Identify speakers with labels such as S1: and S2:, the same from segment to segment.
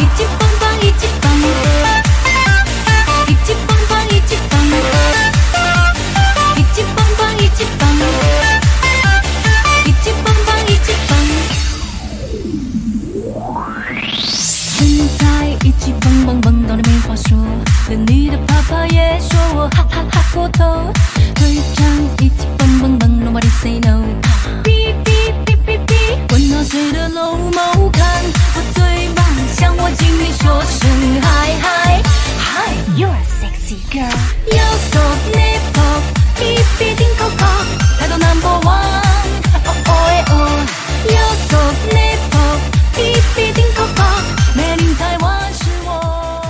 S1: 一级棒棒一级棒，一级棒棒一级棒，一级棒棒一级棒，一级棒棒一级棒。现在一级棒棒棒到底没话说，连你的爸爸也说我哈哈哈过头。队长一级棒棒棒，Nobody say no。哔哔哔哔哔，管他谁的老毛看，我最棒，向我经理说声嗨嗨嗨，You're a sexy girl。右手 nip pop，哔哔叮 c o c o 态度 number one，哦哦哎哦，右手 nip pop，哔哔叮 c o c o 美丽台湾是我。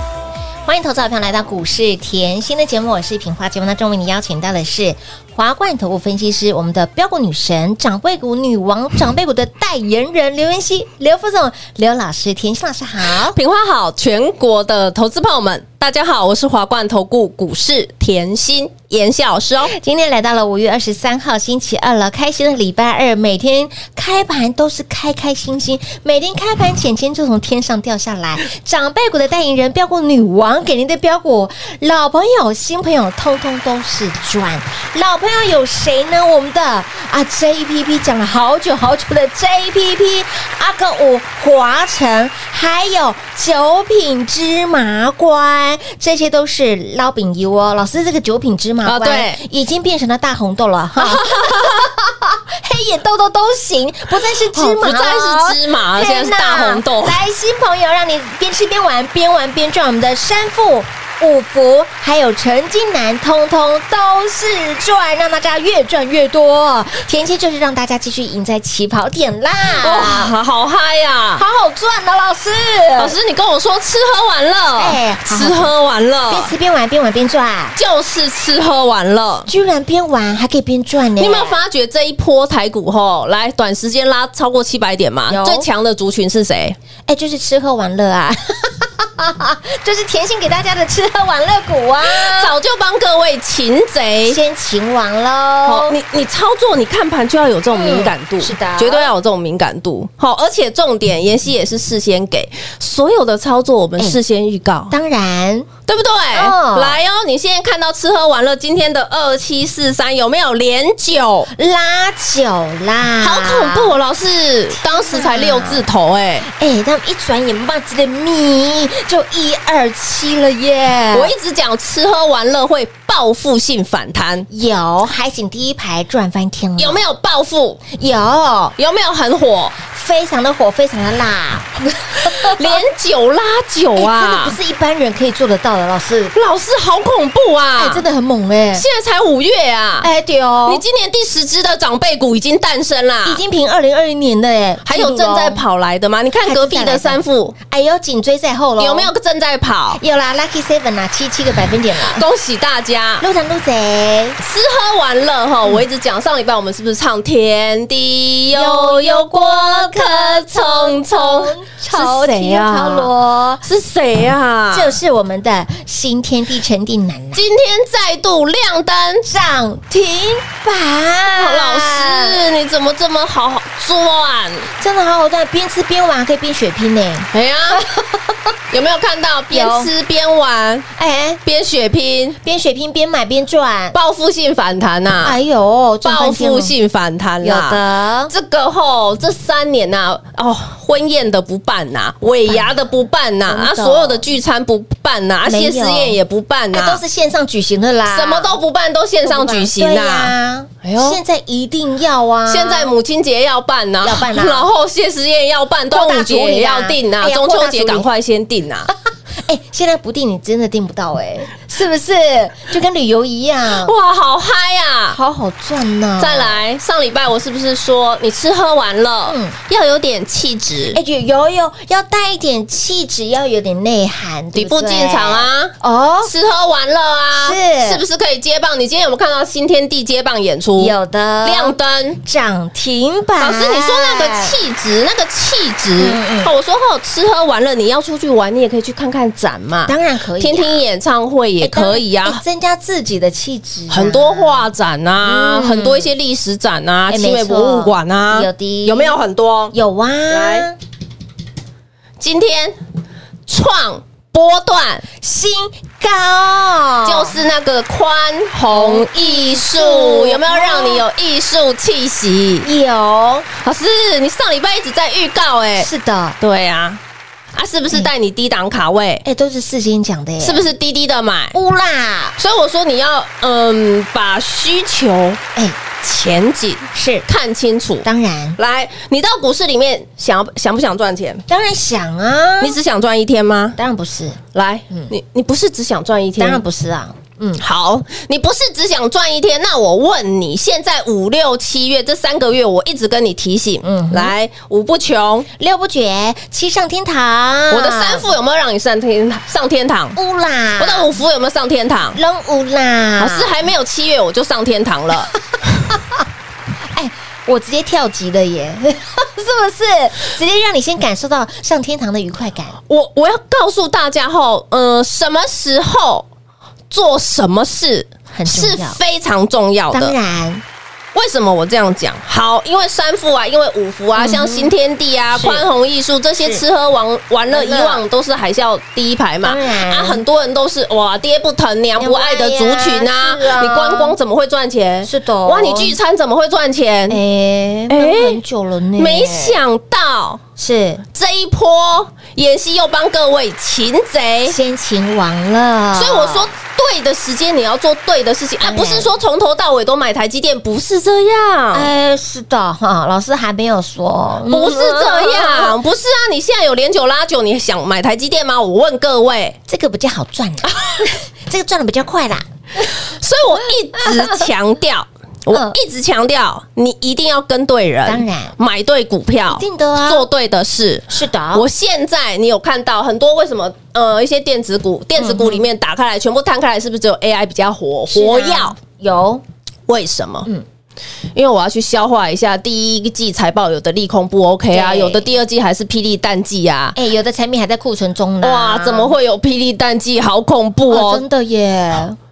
S2: 欢迎投资好朋友来到股市甜心的节目，我是品花。节目当中为你邀请到的是华冠投顾分析师，我们的标股女神、长辈股女王、长辈股的代言人刘元熙、刘副总、刘老师、甜心老师好。
S3: 品花好，全国的投资朋友们，大家好，我是华冠投顾股市甜心妍希老师哦。
S2: 今天来到了五月二十三号星期二了，开心的礼拜二，每天开盘都是开开心心，每天开盘前天就从天上掉下来。长辈股的代言人标股女王给您的标股，老朋友、新朋友通通都是赚。老朋友有谁呢？我们的啊 JPP 讲了好久好久的 JPP，阿克五华晨，还有九品芝麻官，这些都是捞饼油哦。老师，这个九品芝麻。麻
S3: 啊
S2: 瓜
S3: 对
S2: 已经变成了大红豆了哈。 黑眼豆豆都行，不再是芝麻、
S3: 哦不再是芝麻
S2: 天哪
S3: 现在是大红豆
S2: 来，新朋友，让你边吃边玩，边玩边赚。我们的山富、五福还有陈金南，通通都是赚，让大家越赚越多。甜心就是让大家继续赢在起跑点啦！哇，
S3: 哇，好嗨呀、
S2: 好好赚哦，老师，
S3: 哦老师，你跟我说吃喝玩乐，
S2: 哎好好
S3: 吃喝玩
S2: 边
S3: 乐
S2: 吃边玩，边玩边赚，
S3: 就是吃喝玩乐。
S2: 居然边玩还可以边赚呢！
S3: 你有没有发觉这一波台股后来短时间拉超过七百点嘛
S2: 有？
S3: 最强的族群是谁？
S2: 哎、就是吃喝玩乐啊， 就是甜心给大家的吃喝玩乐股啊，
S3: 早就帮各位擒贼。
S2: 先秦王
S3: 哦
S2: 喽，。
S3: 你你操作，你看盘就要有这种敏感度，
S2: 嗯是的
S3: 绝对要有这种敏感度。好，而且重点，妍希也是事先给所有的操作，我们事先预告，
S2: 当然，
S3: 对不对？
S2: 嗯哦
S3: 来哦，你现在看到吃喝玩乐今天的二七四三有没有连九？
S2: 拉久啦，
S3: 好恐怖！哦，老师，当时才六字头哎、
S2: 哎、他们一转眼骂子的咪就一二七了耶。
S3: 我一直讲吃喝玩乐会报复性反
S2: 嗯
S3: 弹，
S2: 有海景第一排赚翻天了，
S3: 有没有报复？
S2: 有
S3: 有没有很火？
S2: 非常的火，非常的辣，
S3: 连九拉九
S2: 呃哎、真的
S3: 啊
S2: 不！是一般人可以做得到的，老师，
S3: 老师好恐怖啊！
S2: 哎、真的很猛哎、
S3: 现在才五月啊！
S2: 哎、对哦，
S3: 你今年第十只的长辈股已经诞生啦，
S2: 已经凭二零二一年的哎，
S3: 还有正在。跑来的吗？你看隔壁的三富
S2: 哎呦，紧追在后喽！
S3: 有没有正在跑？
S2: 有啦，Lucky Seven 啦，七七个百分点啦。
S3: 恭喜 大家！
S2: 路上路贼，
S3: 吃喝玩乐哈，我一直讲上礼拜我们是不是唱天地悠悠过客匆匆？
S2: 超级超罗，
S3: 是谁呀？
S2: 啊就是我们的新天地陈定南啦，
S3: 今天再度亮灯，
S2: 涨停板。
S3: 老师你怎么这么好好赚？
S2: 真的好好赚，边吃边玩，可以边血拼呢。
S3: 哎呀，有没有看到边
S2: 有
S3: 吃边玩
S2: 哎，
S3: 边血拼？
S2: 边血拼边买边赚。
S3: 报复性反弹呐、
S2: 哎呦，赚
S3: 报
S2: 翻天了
S3: 复性反弹
S2: 有
S3: 啦、
S2: 的，
S3: 这个吼，这三年呐、哦，婚宴的不办呐、尾牙的不办呐、啊，
S2: 真的哦
S3: 所有的聚餐不办呐、啊，
S2: 没有
S3: 谢师宴也不办呐、
S2: 哎，都是啊线上举行的啦，
S3: 什么都不办，都线上举行
S2: 对
S3: 呐、
S2: 呀
S3: 哎呦
S2: 现在一定要啊！
S3: 现在母亲节要办呐、
S2: 要办啊
S3: 然后谢师宴要办，
S2: 扩
S3: 端
S2: 大
S3: 午节也要定呐、
S2: 处理啊哎呀
S3: 中秋
S2: 扩大处
S3: 节
S2: 理
S3: 赶快先定呐、啊
S2: 哎、现在不定你真的订不到哎、 是不是？就跟旅游一样，
S3: 哇，好嗨啊呀、
S2: 好好赚呐、
S3: 再，来，上礼拜我是不是说你吃喝玩乐、
S2: 嗯
S3: 要有点气质？
S2: 哎、有有有，要带一点气质，要有点内涵，
S3: 底部
S2: 对
S3: 进
S2: 对
S3: 场！啊，
S2: 哦，
S3: 吃喝玩乐啊，
S2: 是
S3: 是不是可以接棒？你今天有没有看到新天地接棒演出？
S2: 有哎的
S3: 亮灯。
S2: 涨停板。
S3: 老师，你说那个气质，那个气质，
S2: 嗯
S3: 哦我说哦，吃喝玩乐，你要出去玩，你也可以去看看展嘛，
S2: 当然可以啊
S3: 听听演唱会也可以呀、
S2: 哎当哎增加自己的气质啊，
S3: 很多画展啊，
S2: 嗯
S3: 很多一些历史展啊，
S2: 哎
S3: 奇美
S2: 没错
S3: 博物馆啊，
S2: 有的
S3: 有没有很多？
S2: 有啊，
S3: 来今天创波段
S2: 新高
S3: 就是那个宽宏艺
S2: 哦
S3: 术，有没有让你有艺术气息？
S2: 有，
S3: 老师，你上礼拜一直在预告哎、
S2: 是的，哎、
S3: 对啊，啊是不是带你低档卡位？
S2: 都是事先讲的耶，
S3: 是不是低低的买？
S2: 乌啦？
S3: 所以我说你要嗯，把需求
S2: 哎、
S3: 前景
S2: 是，
S3: 看清楚。
S2: 当然，
S3: 来，你到股市里面想要想不想赚钱？
S2: 当然想啊，
S3: 你只想赚一天吗？
S2: 当然不是，
S3: 来，
S2: 嗯
S3: 你你不是只想赚一天？
S2: 当然不是啊，嗯，
S3: 好，你不是只想赚一天？那我问你，现在五六七月这三个月，我一直跟你提醒，嗯，来五不穷，
S2: 六不绝，七上天堂，
S3: 我
S2: 我
S3: 的三副有没有让你上天上天堂？
S2: 乌啦，
S3: 我的五福有没有上天堂？
S2: 龙乌啦，
S3: 老师还没有七月我就上天堂了，
S2: 哎、我直接跳级了耶， 是不是？直接让你先感受到上天堂的愉快感。
S3: 我我要告诉大家后，呃，什么时候做什么事
S2: 很重
S3: 是
S2: 要
S3: 非常重要的
S2: 当。然，
S3: 为什么我这样讲？好，因为三富啊，因为五福啊，像新天地啊、
S2: 嗯是
S3: 宽宏艺术这些
S2: 是
S3: 吃喝玩玩乐，
S2: 玩
S3: 以
S2: 乐
S3: 往都是海啸第一排嘛。
S2: 当然
S3: 啊，很多人都是哇，爹不疼娘不爱的族群啊
S2: 娘不爱呀是。啊
S3: 你观光怎么会赚钱？
S2: 是的
S3: 哇，你聚餐怎么会赚钱
S2: 哎、？哎，很久了呢，
S3: 没想到
S2: 是
S3: 这一波妍希又帮各位擒贼。
S2: 先秦王了，
S3: 哎所以我说，对的时间你要做对的事情
S2: 啊
S3: 啊，
S2: 当然
S3: 不是说从头到尾都买台积电，不是这样。
S2: 哎，是的 哈，老师还没有说，
S3: 不是这
S2: 嗯，
S3: 样，不是啊！你现在有连九拉九，你想买台积电吗？我问各位，
S2: 这个比较好赚 啦，这个赚的比较快啦，
S3: 所以我一直强调，我一直强调，你一定要跟对人，
S2: 嗯当然
S3: 买对股票，
S2: 一定的啊
S3: 做对的事。
S2: 是的
S3: 我现在你有看到很多为什么呃一些电子股，电子股里面打开来全部摊开来，是不是只有 AI 比较
S2: 啊
S3: 活活跃？
S2: 有
S3: 为什么？
S2: 嗯
S3: 因为我要去消化一下第一季财报，有的利空不 OK 啊，
S2: 对
S3: 有的第二季还是霹雳淡季啊，
S2: 哎，有的产品还在库存中呢，
S3: 哇，怎么？会有霹雳淡季？好恐怖
S2: 哦，
S3: 哦！
S2: 真的耶！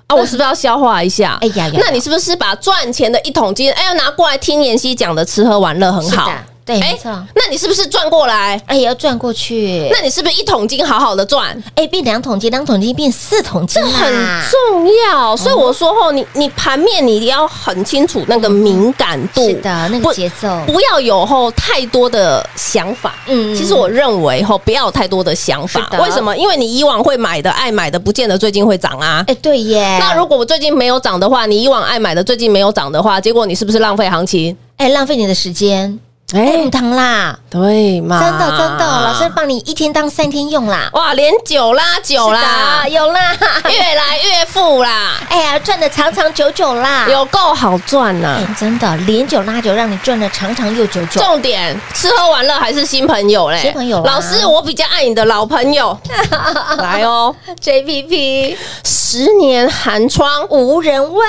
S3: 啊，我是不是要消化一下？
S2: 哎呀呀
S3: 那你是不是把赚钱的一桶金，哎，要拿过来听妍希讲的吃喝玩乐很好
S2: 是的？对
S3: 哎
S2: 没错
S3: 那你是不是赚过来？
S2: 哎，也要转过去，
S3: 那你是不是一桶金好好的赚？
S2: 哎，变两桶金，两桶金变四桶金啦，
S3: 很重要，所以我说吼，你你盘面你要很清楚那个敏感度，
S2: 是的，那
S3: 不
S2: 个节奏，
S3: 不要有吼太多的想法。
S2: 嗯
S3: 嗯，其实我认为吼不要有太多的想法
S2: 是，的
S3: 为什么？因为你以往会买的、爱买的，不见得最近会涨啊。
S2: 哎，对耶。
S3: 那如果我最近没有涨的话，你以往爱买的最近没有涨的话，结果你是不是浪费行情？
S2: 哎，浪费你的时间，哎，
S3: 哎
S2: 不，疼啦，
S3: 对嘛
S2: 真的真的，老师帮你一天当三天用啦，
S3: 哇，连九啦九啦
S2: 是的，有 啦，
S3: 越来越富啦，
S2: 哎呀，赚的长长久久啦，
S3: 有够好赚呐、
S2: 哎真的连九拉九，让你赚的长长又久久。
S3: 重点吃喝玩乐还是新朋友嘞，
S2: 新朋友啊
S3: 老师，我比较爱你的老朋友， 来哦，
S2: JPP
S3: 十年寒窗
S2: 无人问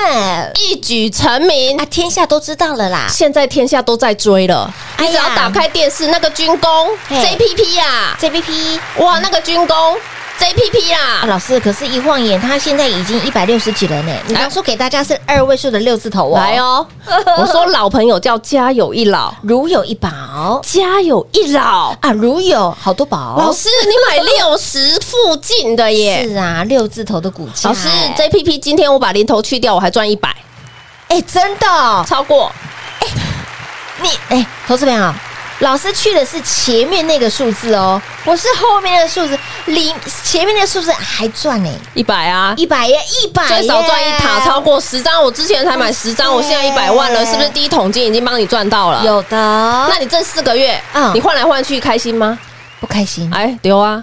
S3: 一举成名
S2: 啊，，天下都知道了啦。
S3: 哎现在天下都在追了。
S2: 哎
S3: 你
S2: 呀
S3: 只要打开电视，那个军工
S2: 嘿
S3: JPP 呀，
S2: JPP
S3: 哇，那个军工 JPP
S2: 啊，
S3: 啦，
S2: 老师，可是一晃眼，他现在已经一百六十几了呢。你刚说给大家是二位数的六字头哦，
S3: 哎来哦， 我说老朋友叫家有一老，
S2: 如有一宝
S3: 家有一老。
S2: 啊，如有好多宝。
S3: 老师，你买六十附近的耶。
S2: 是啊，六字头的股价。
S3: 老师
S2: 哎
S3: ，JPP 今天我把零头去掉，我还赚一百，
S2: 哎，真的哦，
S3: 超过。
S2: 你哎，投资朋友，老师去的是前面那个数字哦，不是后面的数字，里前面那个数字还赚呢，
S3: 一百啊，
S2: 一百耶，一百
S3: 最少赚一塔，超
S2: 过
S3: 过十张。我之前才买十张，我现在一百万了，是不是第一桶金已经帮你赚到了？。
S2: 有的。
S3: 那你这四个月，
S2: 嗯
S3: 你换来换去开心吗？
S2: 不开心。
S3: 哎，丢 啊！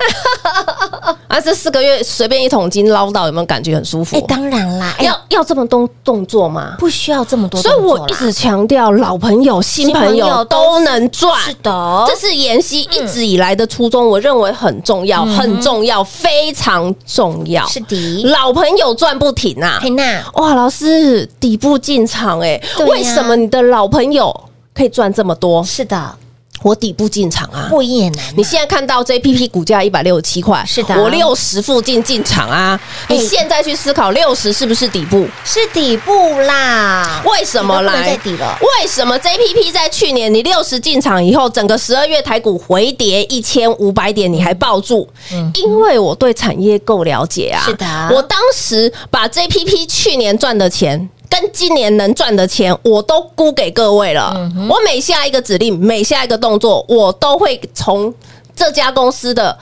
S3: 啊，这四个月随便一桶金捞到，有没有感觉很舒服？
S2: 哎，当然啦，哎，
S3: 要要这么动动作吗？
S2: 不需要这么多动
S3: 所以
S2: 作啦，
S3: 我一直强调，老朋友、新朋友都能赚。哦
S2: 是的哦
S3: 这，是妍希一直以来的初衷，我认为很重要，很重要，非常重要。
S2: 是的。
S3: 老朋友赚不停啊！
S2: 佩娜，
S3: 哇，老师底部进场哎、
S2: 对呀
S3: 为什么你的老朋友可以赚这么多？
S2: 是的，
S3: 我底部进场啊！
S2: 过一也难啊。
S3: 你现在看到 JPP 股价一百六十七块，
S2: 是的
S3: 我六十附近进场啊！
S2: 哎
S3: 你现在去思考六十是不是底部？
S2: 是底部啦，
S3: 为什么
S2: 底部不能
S3: 来
S2: 再底了
S3: 为什么 JPP 在去年你六十进场以后，整个十二月台股回跌一千五百点，你还抱住？因为我对产业够了解啊。
S2: 嗯是的
S3: 我当时把 JPP 去年赚的钱。跟今年能赚的钱，我都估给各位了。
S2: 嗯
S3: 我每下一个指令，每下一个动作，我都会从这家公司的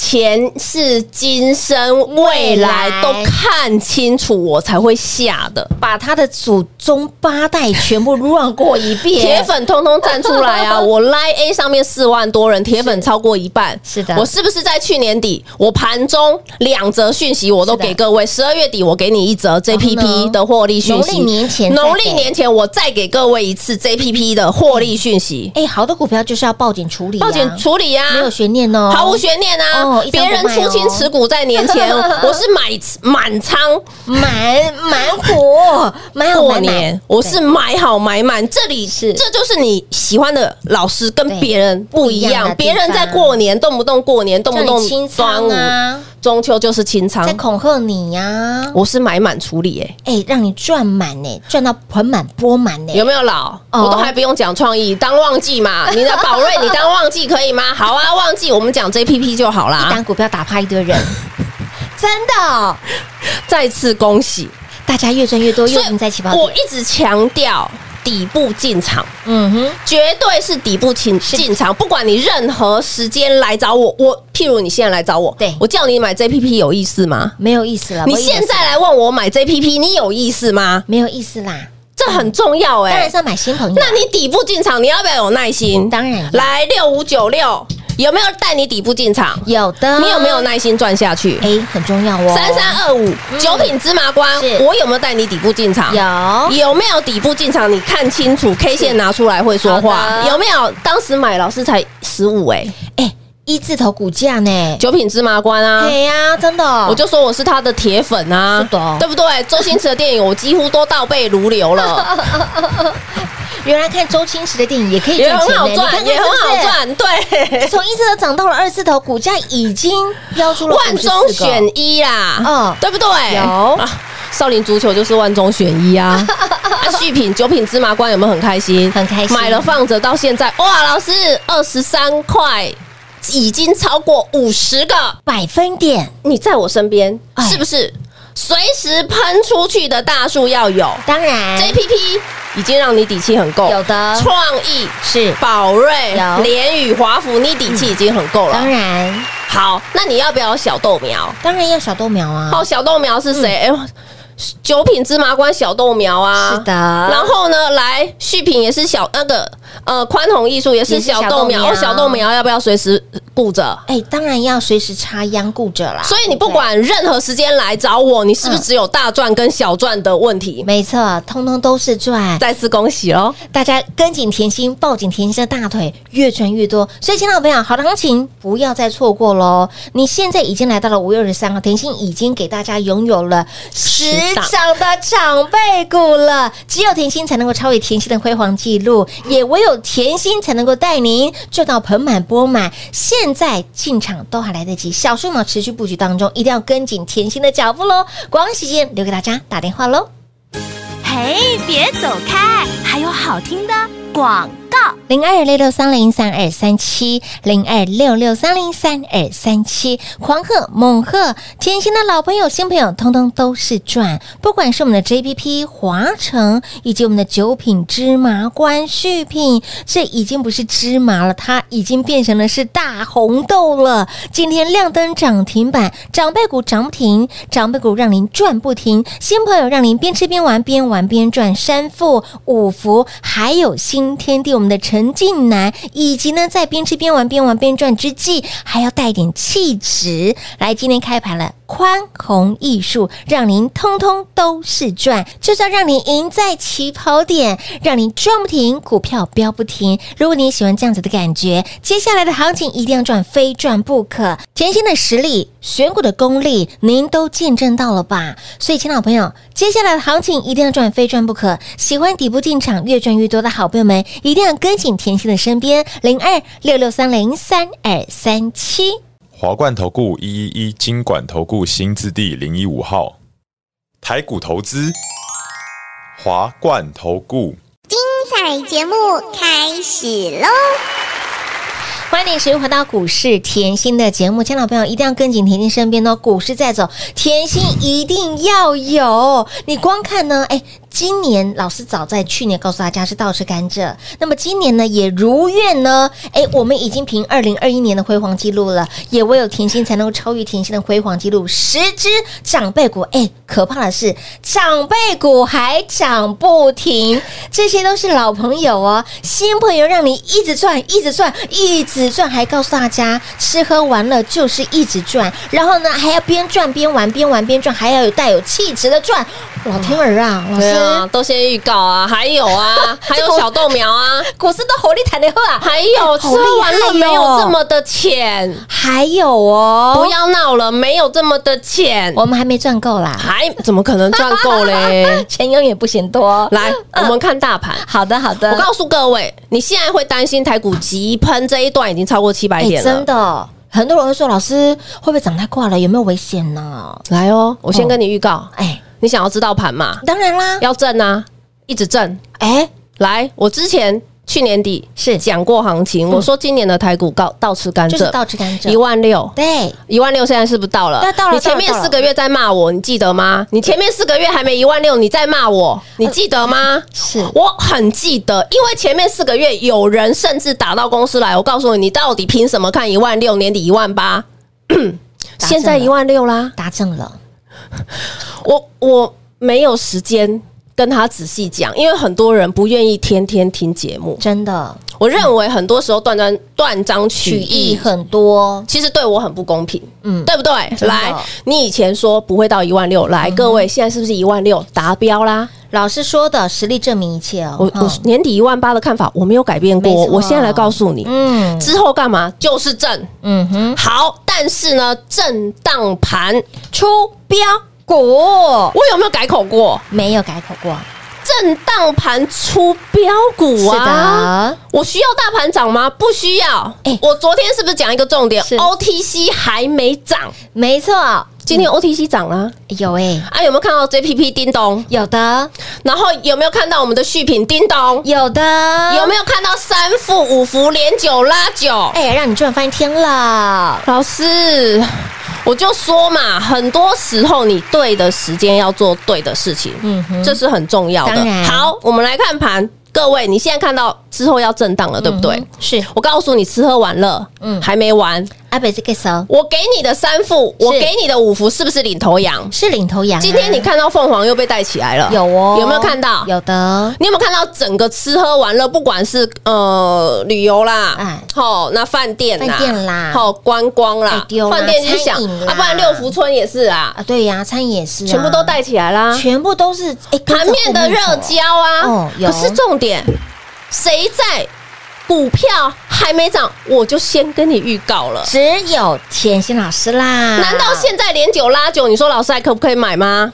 S3: 前世今生、未
S2: 未来
S3: 来都看清楚，我才会下的。
S2: 把他的祖宗八代全部 run 过一遍，
S3: 铁粉通通站出 来啊！我 Line A 上面四万多人，铁粉超过一半。
S2: 是的
S3: 我是不是在去年底，我盘中两则讯息我都
S2: 是的
S3: 给各位，十二月底我给你一则
S2: 然后呢
S3: JPP 的获利讯息，
S2: 农历年前再给
S3: 农历年前我再给各位一次 JPP 的获利 讯息，
S2: 哎，好的股票就是要报警处理啊，
S3: 报警处理呀、
S2: 没有悬念哦，
S3: 毫无悬念啊
S2: 哦！一张
S3: 别
S2: 不卖
S3: 人
S2: 哦
S3: 出清持股在 年前，我是买满仓。
S2: 满满股，满好
S3: 过
S2: 满满
S3: 年我是买好买满，这里是这就是你喜欢的老师跟别人不一
S2: 不一样的地
S3: 样
S2: 方，
S3: 别人在过年动不动过年，动不
S2: 叫
S3: 动
S2: 你清
S3: 端
S2: 仓
S3: 午、
S2: 啊，
S3: 中秋就是清仓
S2: 在，恐吓你呀，
S3: 我是买满处理哎、
S2: 哎，让你赚满呢，赚到盆满钵满呢，
S3: 有没有老？
S2: 哦
S3: 我都还不用讲创意，当旺季嘛，你的宝瑞你当旺季可以吗？好啊，旺季我们讲 JPP 就好
S2: 一
S3: 啦。
S2: 档股票打趴一堆 人，真的，哦
S3: 再次恭喜，
S2: 大家越赚越多，又
S3: 所以
S2: 赢在起跑
S3: 我
S2: 点，
S3: 一直强调底部进场。
S2: 嗯哼，
S3: 绝对是底部进进场，不管你任何时间来找我，我譬如你现在来找我，
S2: 对
S3: 我叫你买 JPP 有意思吗？
S2: 没有意思了，
S3: 你
S2: 不好意思
S3: 现在来问我买 JPP，你有意思吗？
S2: 没有意思啦，
S3: 这很重要
S2: 当
S3: 哎、
S2: 然是要买新朋友啊，
S3: 那你底部进场，你要不要有耐心？
S2: 当然要
S3: 来六五九六有没有带你底部进场？
S2: 有的，
S3: 你有没有？耐心赚下去？
S2: 呃哎，很重要哦，
S3: 三三二五九品芝麻官
S2: 是，
S3: 我有没有带你底部进场？
S2: 有
S3: 有没有底部进场？你看清楚 K 线拿出来会说
S2: 好
S3: 话。
S2: 的
S3: 有没有？当时买老师才十五哎，
S2: 哎一字头股价呢，
S3: 九品芝麻官啊，
S2: 对呀，真的，哦
S3: 我就说我是他的铁粉啊，
S2: 是的
S3: 对不对？周星驰的电影我几乎都倒背如 流了，
S2: 原来看周星驰的电影也可以
S3: 也
S2: 赚
S3: 很
S2: 钱
S3: 好
S2: 呢，你看看
S3: 赚，也很
S2: 是不
S3: 好
S2: 是。
S3: 赚，对，
S2: 从一字头涨到了二字头，股价已经飙出了
S3: 万中选一啦，
S2: 嗯
S3: 嗯，对不对？
S2: 有
S3: 啊少林足球就是万中选 一啊。啊，续品九品芝麻官有没有很开心？
S2: 很开心
S3: 买了放着到现在，哇，老师二十三块。已经超过五十个，
S2: 百分点，
S3: 你在我身边
S2: 哎
S3: 是不是？随时喷出去的大树要有
S2: 当然
S3: ，JPP 已经让你底气很够，
S2: 哎有的
S3: 创意、
S2: 是
S3: 宝瑞
S2: 有、
S3: 联宇、华孚，你底气已经很够
S2: 当
S3: 了。
S2: 然
S3: 好，那你要不要小豆苗？
S2: 当然要小豆苗啊，
S3: 哦，小豆苗是谁？
S2: 嗯
S3: 哎呦，九品芝麻官小豆苗啊，
S2: 是的
S3: 然后呢，来续品也是小那个呃宽宏艺术也
S2: 也
S3: 是
S2: 是小
S3: 小豆苗，
S2: 豆苗
S3: 哦，小豆苗要不要随时顾着？
S2: 哎，当然要随时插秧顾着啦。
S3: 所以你不管任何时间来找我，你是不是只有大赚跟小赚的问题
S2: 对，？没错，通通都是赚。
S3: 再次恭喜喽！
S2: 大家跟紧甜心，抱紧甜心的大腿，越赚越多。所以，亲爱的朋友，好的行情不要再错过喽！你现在已经来到了五月二十三号，甜心已经给大家拥有了十
S3: 档
S2: 涨的长辈股了，只有甜心才能够超越甜心的辉煌记录，也唯有甜心才能够带您赚到盆满钵满。现在进场都还来得及，小数码持续布局当中，一定要跟紧甜心的脚步喽！广告时间留给大家打电话喽。
S4: 嘿，别走开，还有好听的广告。
S2: 零二六六三零三二三七，零二六六三零三二三七，狂贺猛贺，甜心的老朋友、新朋友，通通都是赚。不管是我们的 JPP 华城，以及我们的九品芝麻官续品，这已经不是芝麻了，它已经变成了是大红豆了。今天亮灯涨停板，长辈股涨停，长辈股让您赚不停，新朋友让您边吃边玩，边玩边赚，三富五福，还有新天地，我们的。们的陈近南，以及呢在边吃边玩边玩边赚之际，还要带一点气质。来，今天开盘了。宽宏艺术，让您通通都是赚，就是要让您赢在起跑点，让您赚不停，股票飙不停。如果你喜欢这样子的感觉，接下来的行情一定要赚，非赚不可。甜心的实力，选股的功力，您都见证到了吧？所以，亲爱的朋友，接下来的行情一定要赚，非赚不可。喜欢底部进场，越赚越多的好朋友们，一定要跟紧甜心的身边，零二六六三零三二三七。
S5: 华冠投顾一一一金管投顾新字第零一五号，台股投资，华冠投顾。
S6: 彩节目开始喽！
S2: 欢迎使用回到股市甜心的节目，亲爱的朋友一定要跟紧甜心身边哦。股市在走，甜心一定要有。你光看呢，哎，今年老师早在去年告诉大家是倒吃甘蔗，那么今年呢也如愿呢，哎，我们已经凭二零二一年的辉煌记录了，也唯有甜心才能够超越甜心的辉煌记录，十只长辈股，哎，可怕的是长辈股还涨不停，这些都是老朋友哦，新朋友让你一直赚，一直赚，一直赚，还告诉大家吃喝玩乐就是一直赚，然后呢还要边赚边玩，边玩边赚，还要有带有气质的赚，老天儿啊，老
S3: 嗯对
S2: 师，
S3: 啊，都先预告啊，还 有啊，还有小豆苗啊，
S2: 股市都火力谈的喝啊，
S3: 还有吃
S2: 好厉害哦
S3: 完了
S2: 哟
S3: 没有这么的浅，
S2: 还有哦，
S3: 不要闹了，没有这么的浅，
S2: 我们还没赚够啦，？
S3: 还怎么可能赚够嘞
S2: 钱永远不嫌多。
S3: 来，我们看大盘。
S2: 好的，好的，
S3: 我告诉各位，你现在会担心台股急喷这一段已经超过七百
S2: 哎，
S3: 点了
S2: 真。的，很多人会说，老师会不会涨太快了？有没有危险呢？
S3: 来哦，我先跟你预告，
S2: 哎，
S3: 你想要知道盘嘛？
S2: 当然啦，
S3: 要震啊，一直震。
S2: 哎，
S3: 来，我之前去年底
S2: 是嗯
S3: 讲过行情，我说今年的台股告倒吃甘
S2: 就是倒
S3: 蔗，
S2: 吃甘
S3: 一
S2: 蔗，
S3: 万六。
S2: 对，
S3: 一万六现在是不是到了
S2: 对？到了
S3: 你前面
S2: 到了
S3: 四个月在骂我，你记得吗？你前面四个月还没一万六，你在骂我，你记得吗？
S2: 是
S3: 我很记得，因为前面四个月有人甚至打到公司来，我告诉你，你到底凭什么看一万六，年底一万 八？
S2: 打啊
S3: 现在
S2: 中了
S3: 一万六啦，
S2: 达正了，
S3: 我我没有时间跟他仔细讲，因为很多人不愿意天天听节目。
S2: 真的
S3: 我认为很多时候断章断章取
S2: 取义
S3: 义。
S2: 很多，
S3: 其实对我很不公平，
S2: 嗯
S3: 嗯，对不对？
S2: 真的嗯
S3: 来，你以前说不会到一万六，来，各位现在是不是一万六达标啦？
S2: 老师说的实力证明一切哦。
S3: 我我
S2: 嗯
S3: 年底一万八的看法我没有改变过，
S2: 没错
S3: 我现在来告诉你，
S2: 嗯
S3: 之后干嘛就是震
S2: 嗯哼，
S3: 好，但是呢，震荡盘
S2: 出标股
S3: 我有没有改口过？
S2: 没有改口过，
S3: 震荡盘出标股
S2: 是
S3: 啊！
S2: 的，
S3: 我需要大盘涨吗？不需要。
S2: 哎
S3: 我昨天是不是讲一个重点
S2: 是
S3: ？OTC 还没涨，
S2: 没错，
S3: 今天 OTC 涨了
S2: 有哎，
S3: 啊！有没有看到 JPP 叮咚？
S2: 有的，
S3: 然后有没有看到我们的续品叮咚？
S2: 有的，
S3: 有没有看到三副五福连九拉九？
S2: 哎，让你赚翻天了，
S3: 老师，我就说嘛，很多时候你对的时间要做对的事情，
S2: 嗯哼
S3: 这是很重要
S2: 当
S3: 的。
S2: 然
S3: 好，我们来看盘，各位，你现在看到之后要震荡了，对不对？
S2: 嗯哼是
S3: 我告诉你，吃喝玩乐，
S2: 嗯
S3: 嗯，还没完。
S2: 阿北这个手
S3: 我给你的三副，我给你的五福，是不是领头羊？
S2: 是领头羊啊，
S3: 今天你看到凤凰又被带起来了，
S2: 有哦，
S3: 有没有看到？
S2: 有的，
S3: 你有没有看到整个吃喝玩乐，不管是呃旅游啦
S2: 哎，
S3: 好、那饭店啦，
S2: 饭店啦
S3: 好、观光
S2: 哎
S3: 啦
S2: 对啦，
S3: 饭店你想
S2: 餐饮啦
S3: 啊，不然六福村也是啊，
S2: 啊，对呀、餐饮也是啊、
S3: 全部都带起来啦，
S2: 全部都是哎，跟着
S3: 盘面的热
S2: 后
S3: 焦啊，
S2: 哦有
S3: 可是重点，谁在股票还没涨，我就先跟你预告了
S2: 走。只有甜心老师啦。
S3: 难道现在连九拉九，你说老师还可不可以买吗？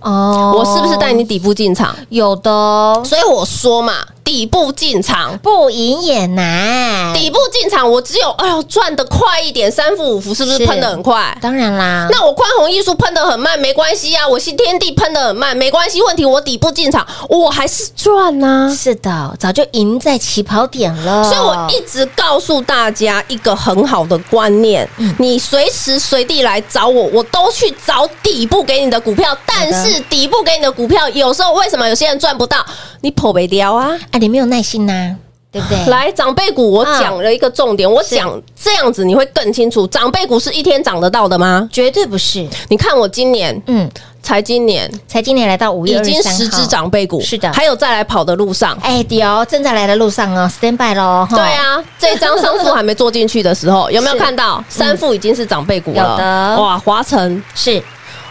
S2: 哦
S3: 我是不是带你底部进场？
S2: 有的哦
S3: 所以我说嘛，底部进场
S2: 不赢也难？
S3: 底部进场，我只有哎呦赚的快一点，三伏五伏是不
S2: 是
S3: 是喷的很快？
S2: 当然啦，
S3: 那我宽宏艺术喷的很慢，没关系啊，我新天地喷的很慢，没关系。问题我底部进场，我还是赚呐、
S2: 是的，早就赢在起跑点了。
S3: 所以我一直告诉大家一个很好的观念：你随时随地来找我，我都去找底部给你的股票。但是底部给你的股票，有时候为什么有些人赚不到？你破没掉啊！
S2: 啊，你没有耐心呐、对不对？
S3: 来，长辈股我讲了一个重点，我讲这样子你会更清楚，长辈股是一天涨得到的吗？
S2: 绝对不是，
S3: 你看我今年
S2: 嗯，
S3: 才今年
S2: 才今年来到五月
S3: 已
S2: 23
S3: 经
S2: 号
S3: 十只长辈股，
S2: 是的
S3: 还有再来跑的路上。
S2: 哎，屌，正在来的路上哦，stand by 喽。哈
S3: 对，啊，这张商富还没做进去的 时候，有没有
S2: 是
S3: 看到三富已经是长辈股了？
S2: 有的
S3: 哇，华晨
S2: 是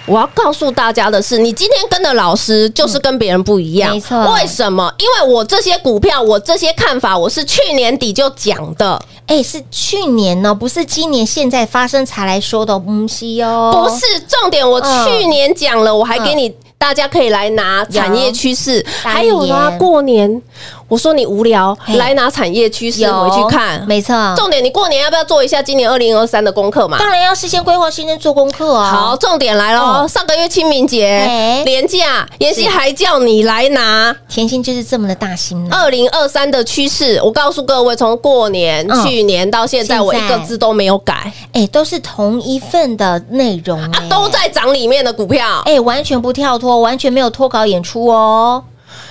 S3: 我要告诉大家的是，你今天跟的老师就是跟别人不一样，
S2: 嗯没错
S3: 为什么？因为我这些股票，我这些看法，我是去年底就讲的，
S2: 哎，是去年哦呢，不是今年现在发生才来说的，不是哦，
S3: 不是重点。我去年讲了，我还给你。大家可以来拿产业趋势，
S2: 当然
S3: 还有呢，过年我说你无聊，
S2: 嘿
S3: 来拿产业趋势
S2: 有
S3: 回去看。
S2: 没错，
S3: 重点，你过年要不要做一下今年二零二三的功课嘛？
S2: 当然要事先规划，先先做功课啊。
S3: 好，，重点来喽！
S2: 嗯
S3: 上个月清明
S2: 哎
S3: 节廉价，妍希还叫你来拿，
S2: 甜心就是这么的大心呢。
S3: 二零二三的趋势，我告诉各位，从过年、
S2: 嗯
S3: 去年到现
S2: 现
S3: 在，
S2: 在
S3: 我一个字都没有改
S2: 哎，都是同一份的内容
S3: 啊
S2: 哎，
S3: 都在涨里面的股票，
S2: 哎，完全不跳脱，完全没有脱稿演出哦。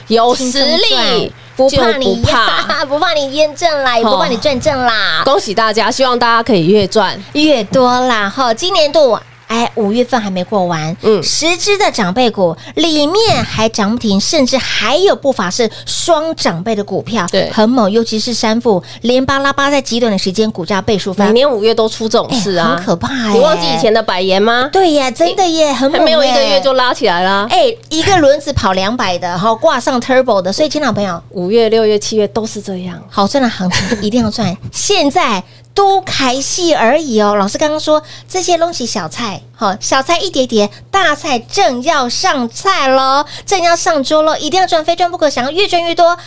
S3: 有
S2: 轻
S3: 实
S2: 松
S3: 力
S2: 赚不
S3: 就
S2: 怕你
S3: 不怕。
S2: 不怕哦你验证啦，也不怕你转正啦，
S3: 恭喜大家，希望大家可以越赚。
S2: 越多啦哈。今年度哎，五月份还没过完，嗯，
S3: 嗯
S2: 十只的长辈股里面还涨停，甚至还有不乏是双长辈的股票，
S3: 对
S2: 很猛，尤其是三富连巴拉巴在极短的时间股价倍数
S3: 每
S2: 翻，
S3: 年五月都出这种
S2: 啊哎
S3: 事啊，
S2: 很可怕哎
S3: 你忘记以前的百言吗？
S2: 对呀，真的耶，很
S3: 还
S2: 猛耶，
S3: 没有一个月就拉起来啦。
S2: 哎，一个轮子跑两百的，哈，挂上 turbo 的，所以，亲老朋友，
S3: 五月、六月、七月都是这样。
S2: 好赚的行情一定要赚，现在都开戏而已哦。老 师刚刚说这些东西小菜，好、小菜一碟碟，大菜正要上菜喽，正要上桌喽，一定要赚，非赚不可，想要越赚越多。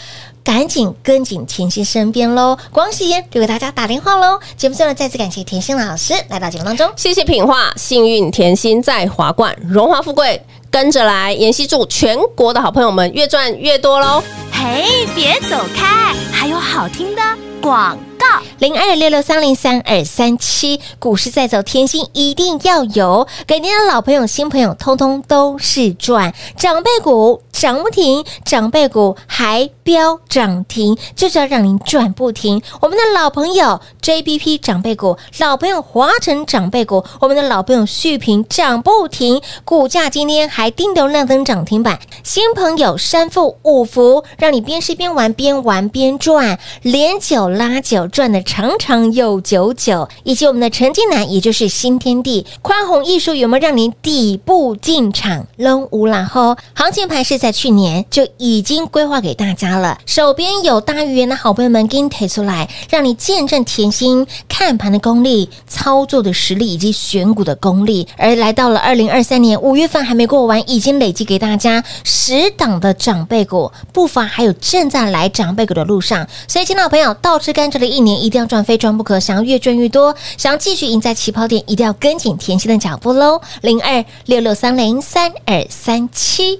S2: 赶紧跟紧甜心身边喽！广喜妍就给大家打电话喽。节目最后呢再次感谢甜心老师来到节目当中。
S3: 谢谢品画，幸运甜心在华冠，荣华富贵跟着来。妍希祝全国的好朋友们越赚越多喽！
S4: 嘿，别走开，还有好听的广告。
S2: 零二六六三零三二三七，股市在走，甜心一定要有，给您的老朋友、新朋友，通通都是赚。长辈股涨不停，长辈股还飙涨停，就是要让您赚不停。我们的老朋友 JBP 长辈股，老朋友华晨长辈股，我们的老朋友旭平涨不停，股价今天还叮咚亮灯涨停板。新朋友三富五福，让你边吃边玩，边玩边赚，连九拉九赚的长长又久久。以及我们的陈金南，也就是新天地宽宏艺术，有没有让您底部进场扔无然后？行情盘是在去年就已经规划给大家了，手边有大预言的好朋友们给你提出来，让你见证甜心看盘的功力、操作的实力以及选股的功力。而来到了二零二三年五月份还没过完，已经累积给大家十档的长辈股，不乏还有正在来长辈股的路上。所以，亲老朋友，倒吃甘蔗的一年一定要赚，非赚不可。想要越赚越多，想要继续赢在起跑点，一定要跟紧甜心的脚步喽。零二六六三零三二三七。